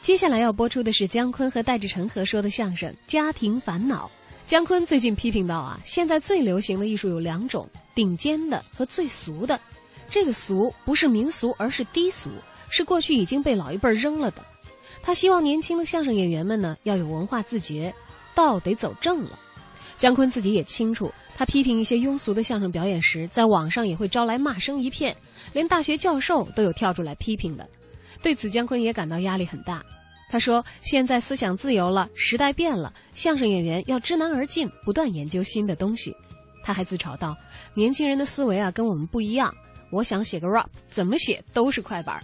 接下来要播出的是姜昆和戴志诚合说的相声《家庭烦恼》。姜昆最近批评到啊，现在最流行的艺术有两种，顶尖的和最俗的。这个俗不是民俗，而是低俗，是过去已经被老一辈扔了的。他希望年轻的相声演员们呢要有文化自觉，道得走正了。姜昆自己也清楚，他批评一些庸俗的相声表演时，在网上也会招来骂声一片，连大学教授都有跳出来批评的。对此，姜昆也感到压力很大。他说：“现在思想自由了，时代变了，相声演员要知难而进，不断研究新的东西。”他还自嘲道：“年轻人的思维啊，跟我们不一样。我想写个 rap，怎么写都是快板。”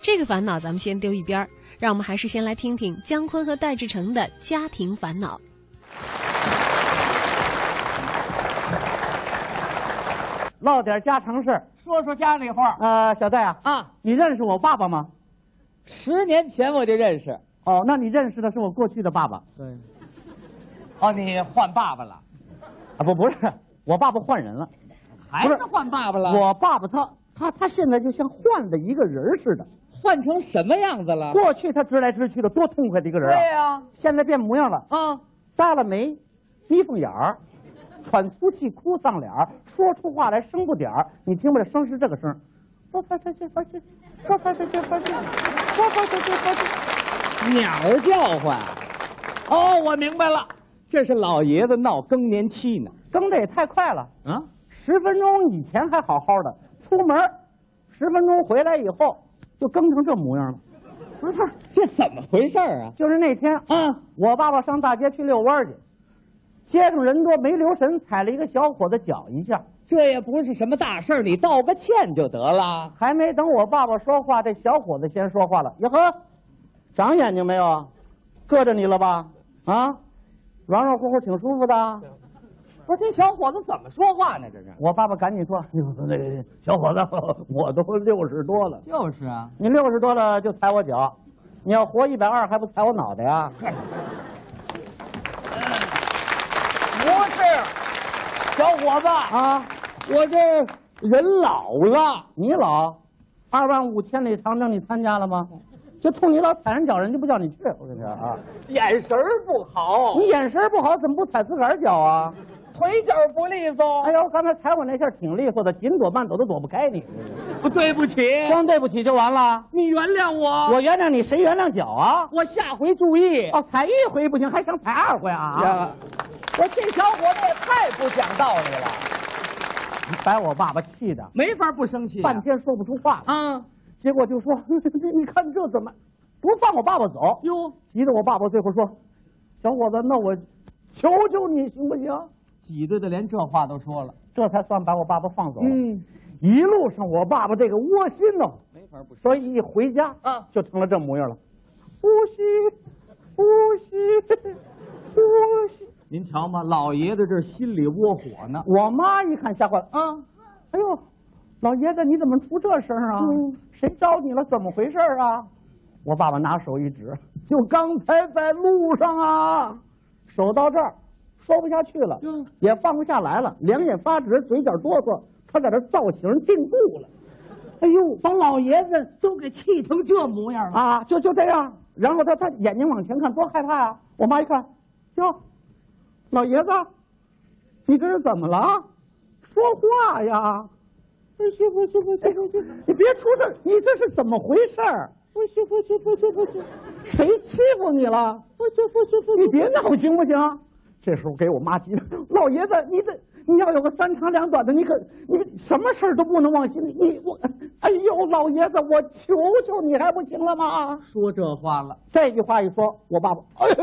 这个烦恼咱们先丢一边儿，让我们还是先来听听姜昆和戴志诚的家庭烦恼。唠点家常事儿。说说家里话呃，小戴啊，啊！你认识我爸爸吗？十年前我就认识。哦，那你认识的是我过去的爸爸对。哦，你换爸爸了，啊？不，不是，我爸爸换人了。还是换爸爸了？我爸爸他他他现在就像换了一个人儿似的。换成什么样子了？过去他直来直去的，多痛快的一个人对啊！呀、现在变模样了，啊，耷拉眉，眯缝眼儿，喘粗气，哭丧脸儿，说出话来声不点儿。你听不了声是这个声儿，说法这这法这，说法这这法这，说法这这法这。鸟叫唤。哦，我明白了，这是老爷子闹更年期呢。更的也太快了。啊，十分钟以前还好好的，出门儿十分钟回来以后就更成这模样了。不是，这怎么回事儿啊？就是那天啊，我爸爸上大街去遛弯儿去，街上人多，没留神踩了一个小伙子脚一下。这也不是什么大事儿，你道个歉就得了。还没等我爸爸说话，这小伙子先说话了：“哟呵，长眼睛没有？啊硌着你了吧？啊，软软乎乎，挺舒服的啊。”不是这小伙子怎么说话呢？这是。我爸爸赶紧说：“ 哎那个小伙子， 我都六十多了。”就是啊，你六十多了就踩我脚，你要活一百二还不踩我脑袋啊呀？不是，小伙子啊啊，我这人老了，你老，二万五千里长征你参加了吗？就冲你老踩人脚，人家不叫你去。我跟你说啊，眼神儿不好，你眼神不好，怎么不踩自个儿脚啊？腿脚不利索。哎呦，刚才踩我那下挺利索的，紧躲慢躲都躲不开你。呦，对不起，光对不起就完了，你原谅我，我原谅你，谁原谅脚啊？我下回注意。哦，踩一回不行，还想踩二回啊？呀，我这小伙子也太不讲道理了，把我爸爸气的，没法不生气半天说不出话来，啊，结果就说：“ 你你看这怎么不放我爸爸走？”哟，急得我爸爸最后说：“小伙子，那我求求你行不行挤兑的连这话都说了。？”这才算把我爸爸放走。嗯，一路上我爸爸这个窝心呢，没法不。所以一回家啊就成了这模样了。呼吸，呼吸，呼吸。您瞧嘛，老爷子这心里窝火呢。我妈一看吓坏了，啊，哎呦，老爷子你怎么出这声啊？嗯谁招你了？怎么回事啊？我爸爸拿手一指，就刚才在路上啊，手到这儿说不下去了，嗯也放不下来了，两眼发直，嘴角哆嗦，他在这造型定住了哎呦，把老爷子都给气成这模样。啊，就就这样。然后他他眼睛往前看，多害怕啊！我妈一看，哟，老爷子，你这是怎么了？说话呀！哎不行不行不行不行，你别出事儿，你这是怎么回事儿？不行不行不行不行，谁欺负你了？不行不行不你别闹行不行？这时候给我妈急的，老爷子，你这你要有个三长两短的，你可你什么事儿都不能往心里。你我，哎呦，老爷子，我求求你还不行了吗？说这话了。这句话一说，我爸爸哎，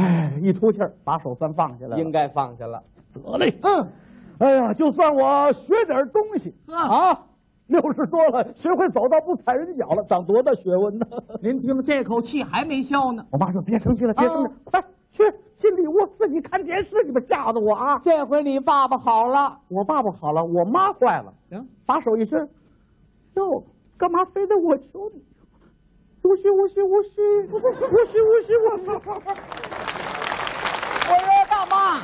哎，一出气儿，把手算放下来了。应该放下了。得嘞，嗯，哎呀，就算我学点东西呵啊，六十多了，学会走道不踩人脚了，长多大学问呢？ 您听，这口气还没消呢。我妈说别生气了，别生气了，啊快去进里屋自己看电视去吧，吓得我啊！这回你爸爸好了，我爸爸好了，我妈坏了，行，把手一伸，哟，干嘛非得我求你？无需无需无需无需无需无需，我说大妈，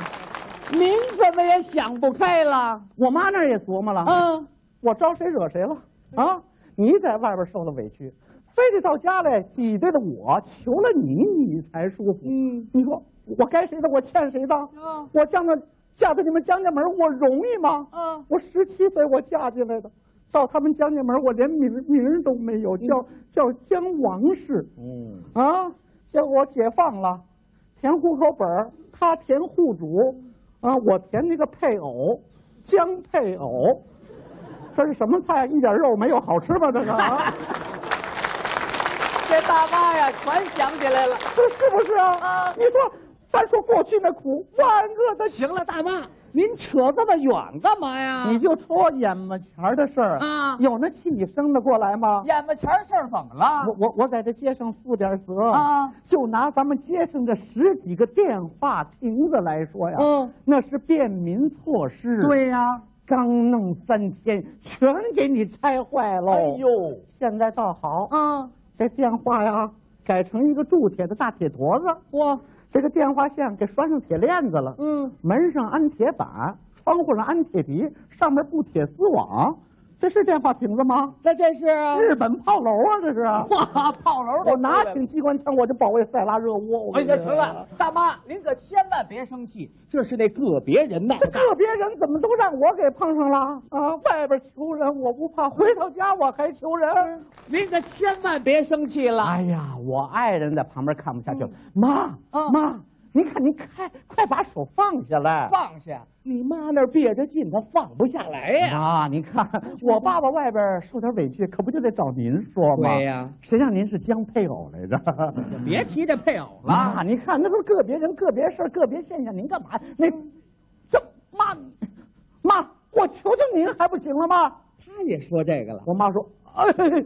您怎么也想不开了？ 我妈那儿也琢磨了，嗯，啊我招谁惹谁了啊？你在外边受了委屈，非得到家来挤兑的我，求了你，你才舒服。嗯，你说我该谁的，我欠谁的？嗯我嫁到嫁到你们江家门，我容易吗？嗯我十七岁我嫁进来的，到他们江家门，我连名名儿都没有，叫、叫江王氏嗯，啊。结果解放了，填户口本儿他填户主，嗯啊，我填那个配偶，江配偶。这是什么菜？一点肉没有，好吃吗？ 这个啊，这大妈呀，全想起来了。这是不是啊？啊你说，咱说过去那苦，万恶的行了，大妈，您扯这么远干嘛呀？你就说眼巴前儿的事儿啊有那气你生得过来吗？眼巴前儿事儿怎么了我我我在这街上负点责啊就拿咱们街上这十几个电话亭子来说呀，嗯，那是便民措施，，对呀、刚弄三天，全给你拆坏喽。哎，呦，现在倒好，啊，这电话呀改成一个铸铁的大铁坨子，我，这个电话线给拴上铁链子了，嗯，门上安铁板，窗户上安铁皮，上面布铁丝网，这是电话亭子吗？那这是日本炮楼啊，这是！嗯哇， 炮楼我拿起机关枪，我就保卫塞拉热窝。我哎跟呀，你行说了，大妈，您可千万别生气，这是那个别人闹这的。个别人怎么都让我给碰上了啊！外边求人我不怕，回到家我还求嗯人。您可千万别生气了。哎呀，我爱人在旁边看不下去了，妈，嗯妈，您看您开，快把手放下来。放下，你妈那儿憋着劲，她放不下来哎呀、妈，您看我爸爸外边受点委屈，可不就得找您说吗？对呀谁让您是江配偶来 着？别提这配偶妈，了。您看那都是个别人、个别事儿、个别现象，您干嘛？那这妈妈，我求求您还不行了吗？她也说这个了。我妈说，哎，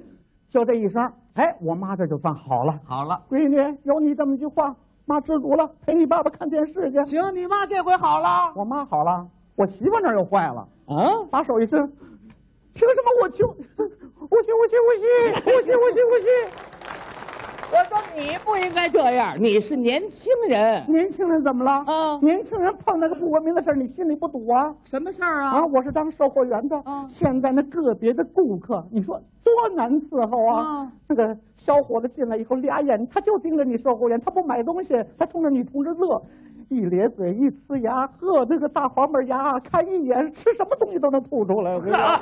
就这一声，哎，我妈这就算好了。好了，闺女，有你这么句话，妈知足了，陪你爸爸看电视去。行，你妈这回好了我妈好了，我媳妇那儿又坏了，啊？把手一伸，凭什么我求？我去，我去，我去，我去，我去，我去。我说你不应该这样，你是年轻人，年轻人怎么了？ 啊年轻人碰那个不文明的事儿，你心里不堵啊？什么事儿啊，？我是当售货员的，啊现在那个别的顾客，你说多难伺候啊！啊那个小伙子进来以后，俩眼他就盯着你售货员，他不买东西，他冲着女同志乐，一咧嘴，一呲牙，呵，那个大黄门牙，看一眼，吃什么东西都能吐出来。我跟你啊 说，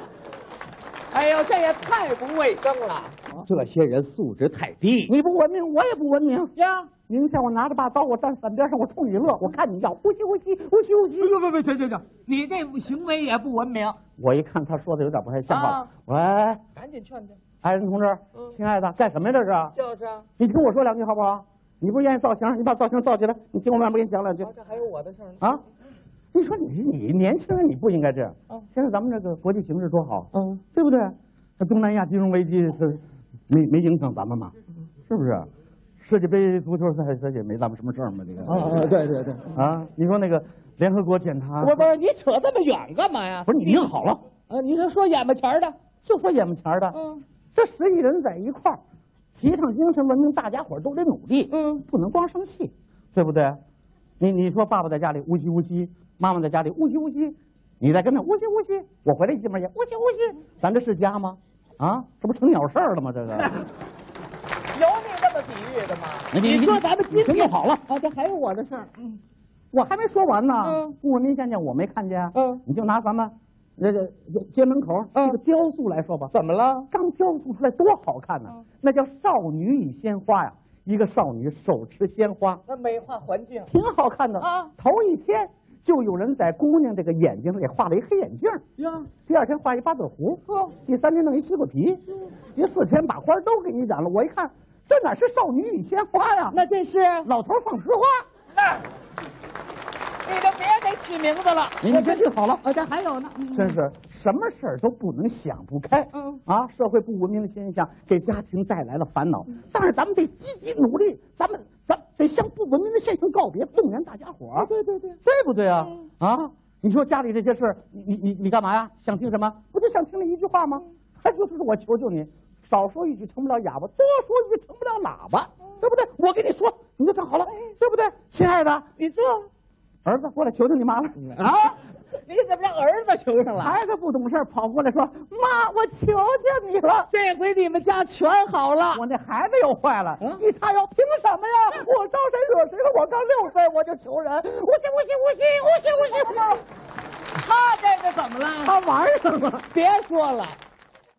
哎呦，这也太不卫生了！这些人素质太低你不文明，我也不文明。呀！明天我拿着把刀，我站伞边上，我冲你乐，我看你要呼吸呼吸呼吸呼吸。不不不，行行行，你这行为也不文明，我一看他说的有点不太像话啊，喂，哎赶紧劝劝。爱人同志，嗯亲爱的，干什么呀？这是？就是啊，你听我说两句好不好？你不愿意造型，你把造型造起来。你听我慢慢给你讲两句这还有我的事儿呢。啊。你说你你年轻人你不应该这样。嗯现在咱们这个国际形势多好，嗯，对不对？那东南亚金融危机这没没影响咱们嘛？嗯是不是？世界杯足球赛这也没咱们什么事儿嘛？这个啊啊，对对对。你说那个联合国检查，我不是你扯这么远干嘛呀？不是你拧好了，呃，你是说眼巴前儿的？就说眼巴前儿的，嗯这十亿人在一块儿，提倡精神文明，大家伙儿都得努力。嗯，不能光生气，对不对？你你说爸爸在家里呜叽呜叽，妈妈在家里呜叽呜叽，你在跟着呜叽呜叽，我回来一进门也呜叽呜叽，咱这是家吗？啊，这不成鸟事儿了吗？这 个，有你这么比喻的吗？你说咱们今行就天 好了，啊，这还有我的事儿。嗯，我还没说完呢。嗯不文明现象我没看见。嗯，你就拿咱们那个街门口嗯那个雕塑来说吧，怎么了？刚雕塑出来多好看呢、嗯那叫少女与鲜花呀，一个少女手持鲜花，那美化环境。挺好看的啊头一天就有人在姑娘这个眼睛上给画了一黑眼镜儿，呀，第二天画一八字胡，呵，第三天弄一西瓜皮，第四天把花儿都给你染了。我一看，这哪是少女与鲜花呀？那这是老头儿放雌花。那，你就别给起名字了。你你先听好了，啊，这还有呢。嗯真是什么事儿都不能想不开。嗯啊，社会不文明的现象给家庭带来了烦恼，嗯但是咱们得积极努力，咱们咱得向不文明的现象告别，动员大家伙儿。对对对，对不对啊？嗯啊，你说家里这些事儿，你你你你干嘛呀？想听什么？不就想听那一句话吗？嗯还就是我求求你，少说一句成不了哑巴，多说一句成不了喇叭，嗯对不对？我跟你说，你就站好了，对不对？亲爱的你这 儿子，过来求求你妈了。啊，你怎么让儿子求上了？孩子不懂事儿跑过来说：“妈，我求求你了。”这回你们家全好了。我那孩子又坏了，啊嗯一叉腰，凭什么呀？我招谁惹谁了？我刚六岁我就求人，我信我信我信我信我信！他这个怎么了？他玩上了，别说了，